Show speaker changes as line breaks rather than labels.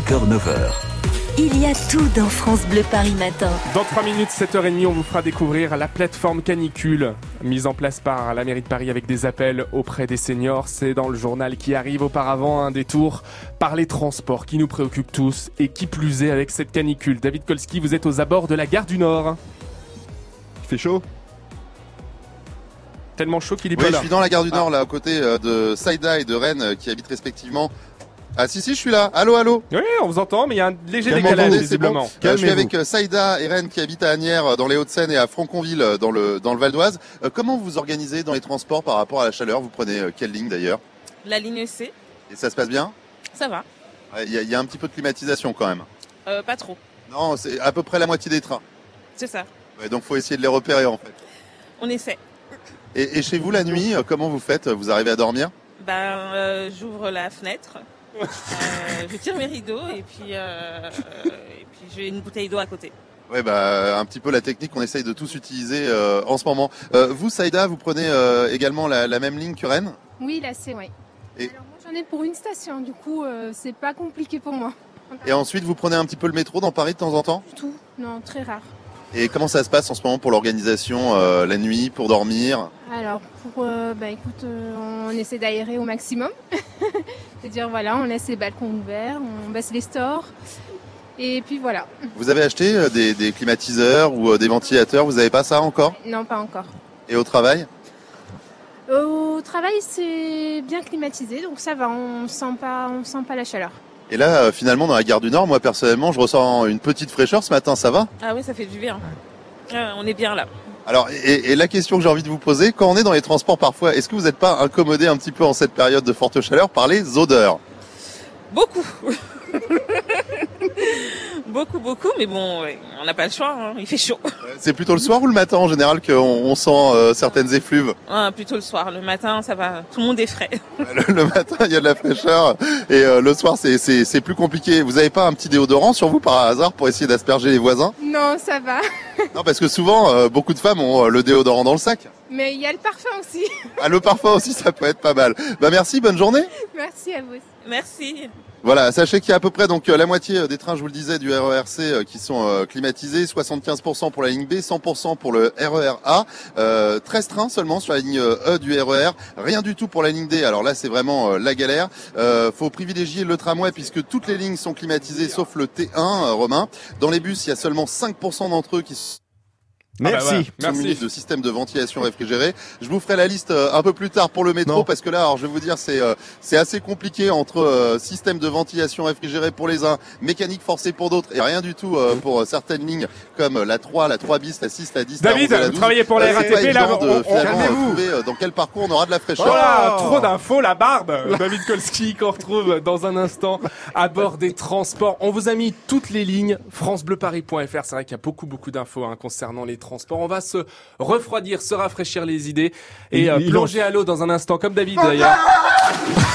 5h-9h.
Il y a tout dans France Bleu Paris Matin.
Dans 3 minutes, 7h30, on vous fera découvrir la plateforme canicule mise en place par la mairie de Paris avec des appels auprès des seniors. C'est dans le journal qui arrive auparavant un détour par les transports qui nous préoccupent tous et qui plus est avec cette canicule. David Kolski, vous êtes aux abords de la gare du Nord.
Il fait chaud
Tellement chaud qu'il est
Oui,
pas
je
là. Ah.
suis dans la gare du Nord, là, à côté euh, de Saïda et de Rennes, euh, qui habitent respectivement. Ah si, si, je suis là. Allô, allô
Oui, on vous entend, mais il y a un léger
Vous
décalage
m'entendez, c'est bon
visiblement.
Euh, Je suis avec euh, Saïda et Rennes, qui habitent à Agnières, euh, dans les Hauts-de-Seine, et à Franconville, euh, dans le, dans le Val d'Oise. Euh, comment vous vous organisez dans les transports par rapport à la chaleur Vous prenez euh, quelle ligne, d'ailleurs
La ligne C,
Et ça se passe bien
ça va.
Ouais, Il y, a- il y a un petit peu de climatisation, quand même.
Euh, pas trop,
Non, c'est à peu près la moitié des trains.
c'est ça.
Ouais, donc, faut essayer de les repérer, en fait.
On essaie.
Et, et chez vous, la nuit, euh, comment vous faites Vous arrivez à dormir
Ben, euh, j'ouvre la fenêtre, euh, je tire mes rideaux et puis, euh, euh, et puis j'ai une bouteille d'eau à côté.
Ouais, bah, un petit peu la technique qu'on essaye de tous utiliser euh, en ce moment. Euh, vous, Saïda, vous prenez euh, également la, la même ligne que Rennes
Oui, là, c'est oui.
Et-
Alors moi, j'en ai pour une station, du coup, euh, c'est pas compliqué pour moi.
et ensuite vous prenez un petit peu le métro dans Paris de temps en temps.
Du tout, non, très rare.
Et comment ça se passe en ce moment pour l'organisation euh, la nuit, pour dormir
Alors, pour, euh, bah écoute, euh, on essaie d'aérer au maximum. C'est-à-dire, voilà, on laisse les balcons ouverts, on baisse les stores, et puis voilà.
Vous avez acheté euh, des, des climatiseurs ou euh, des ventilateurs Vous n'avez pas ça encore
Non, pas encore.
Et au travail
Au travail, c'est bien climatisé, donc ça va, on sent pas, on sent pas la chaleur.
Et là, euh, finalement, dans la gare du Nord, moi personnellement, je ressens une petite fraîcheur ce matin. Ça va
Ah oui, ça fait du bien. Euh, on est bien là.
Alors, et, et la question que j'ai envie de vous poser, quand on est dans les transports parfois, est-ce que vous n'êtes pas incommodé un petit peu en cette période de forte chaleur par les odeurs
Beaucoup. beaucoup, beaucoup, mais bon, ouais, on n'a pas le choix, hein, il fait chaud.
C'est plutôt le soir ou le matin en général qu'on on sent euh, certaines effluves.
Ah, plutôt le soir, le matin, ça va, tout le monde est frais.
Le, le matin, il y a de la fraîcheur et euh, le soir, c'est- c'est c'est plus compliqué. Vous avez pas un petit déodorant sur vous par hasard pour essayer d'asperger les voisins
Non, ça va,
Non, parce que souvent, euh, beaucoup de femmes ont euh, le déodorant dans le sac.
mais il y a le parfum aussi.
Ah, le parfum aussi, ça peut être pas mal. Bah merci, bonne journée.
Merci à vous.
Merci.
Voilà, sachez qu'il y a à peu près donc euh, la moitié euh, des trains, je vous le disais, du RERC euh, qui sont euh, climatisés, 75% pour la ligne B, 100% pour le RER A, euh, 13 trains seulement sur la ligne euh, E du RER, rien du tout pour la ligne D. Alors là, c'est vraiment euh, la galère. Euh, faut privilégier le tramway puisque toutes les lignes sont climatisées sauf le T1 euh, Romain. Dans les bus, il y a seulement 5% d'entre eux qui sont
Ah, bah Merci.
sont munis
Merci.
de systèmes de ventilation réfrigérée. Je vous ferai la liste euh, un peu plus tard pour le métro
Non.
parce que là, alors, je vais vous dire, c'est euh, c'est assez compliqué entre euh, système de ventilation réfrigérée pour les uns, mécanique forcée pour d'autres et rien du tout
Mm.
euh, pour euh, certaines lignes comme euh, la 3, la 3 bis, la 6, la 10,
David,
la 11 et la
vous
12.
travaillez pour la
Euh, c'est pas
RATP, là,
évident de,
on- on-
finalement, euh,
calmez-vous.
trouver, euh, dans quel parcours on aura de la fraîcheur.
Voilà,
Oh
trop d'infos, la barbe La David Kolski qu'on retrouve dans un instant à bord des transports. On vous a mis toutes les lignes, francebleuparis.fr. C'est vrai qu'il y a beaucoup, beaucoup d'infos hein, concernant les transports. On va se refroidir, se rafraîchir les idées et
Il-
euh,
il
plonger à l'eau dans un instant, comme David d'ailleurs.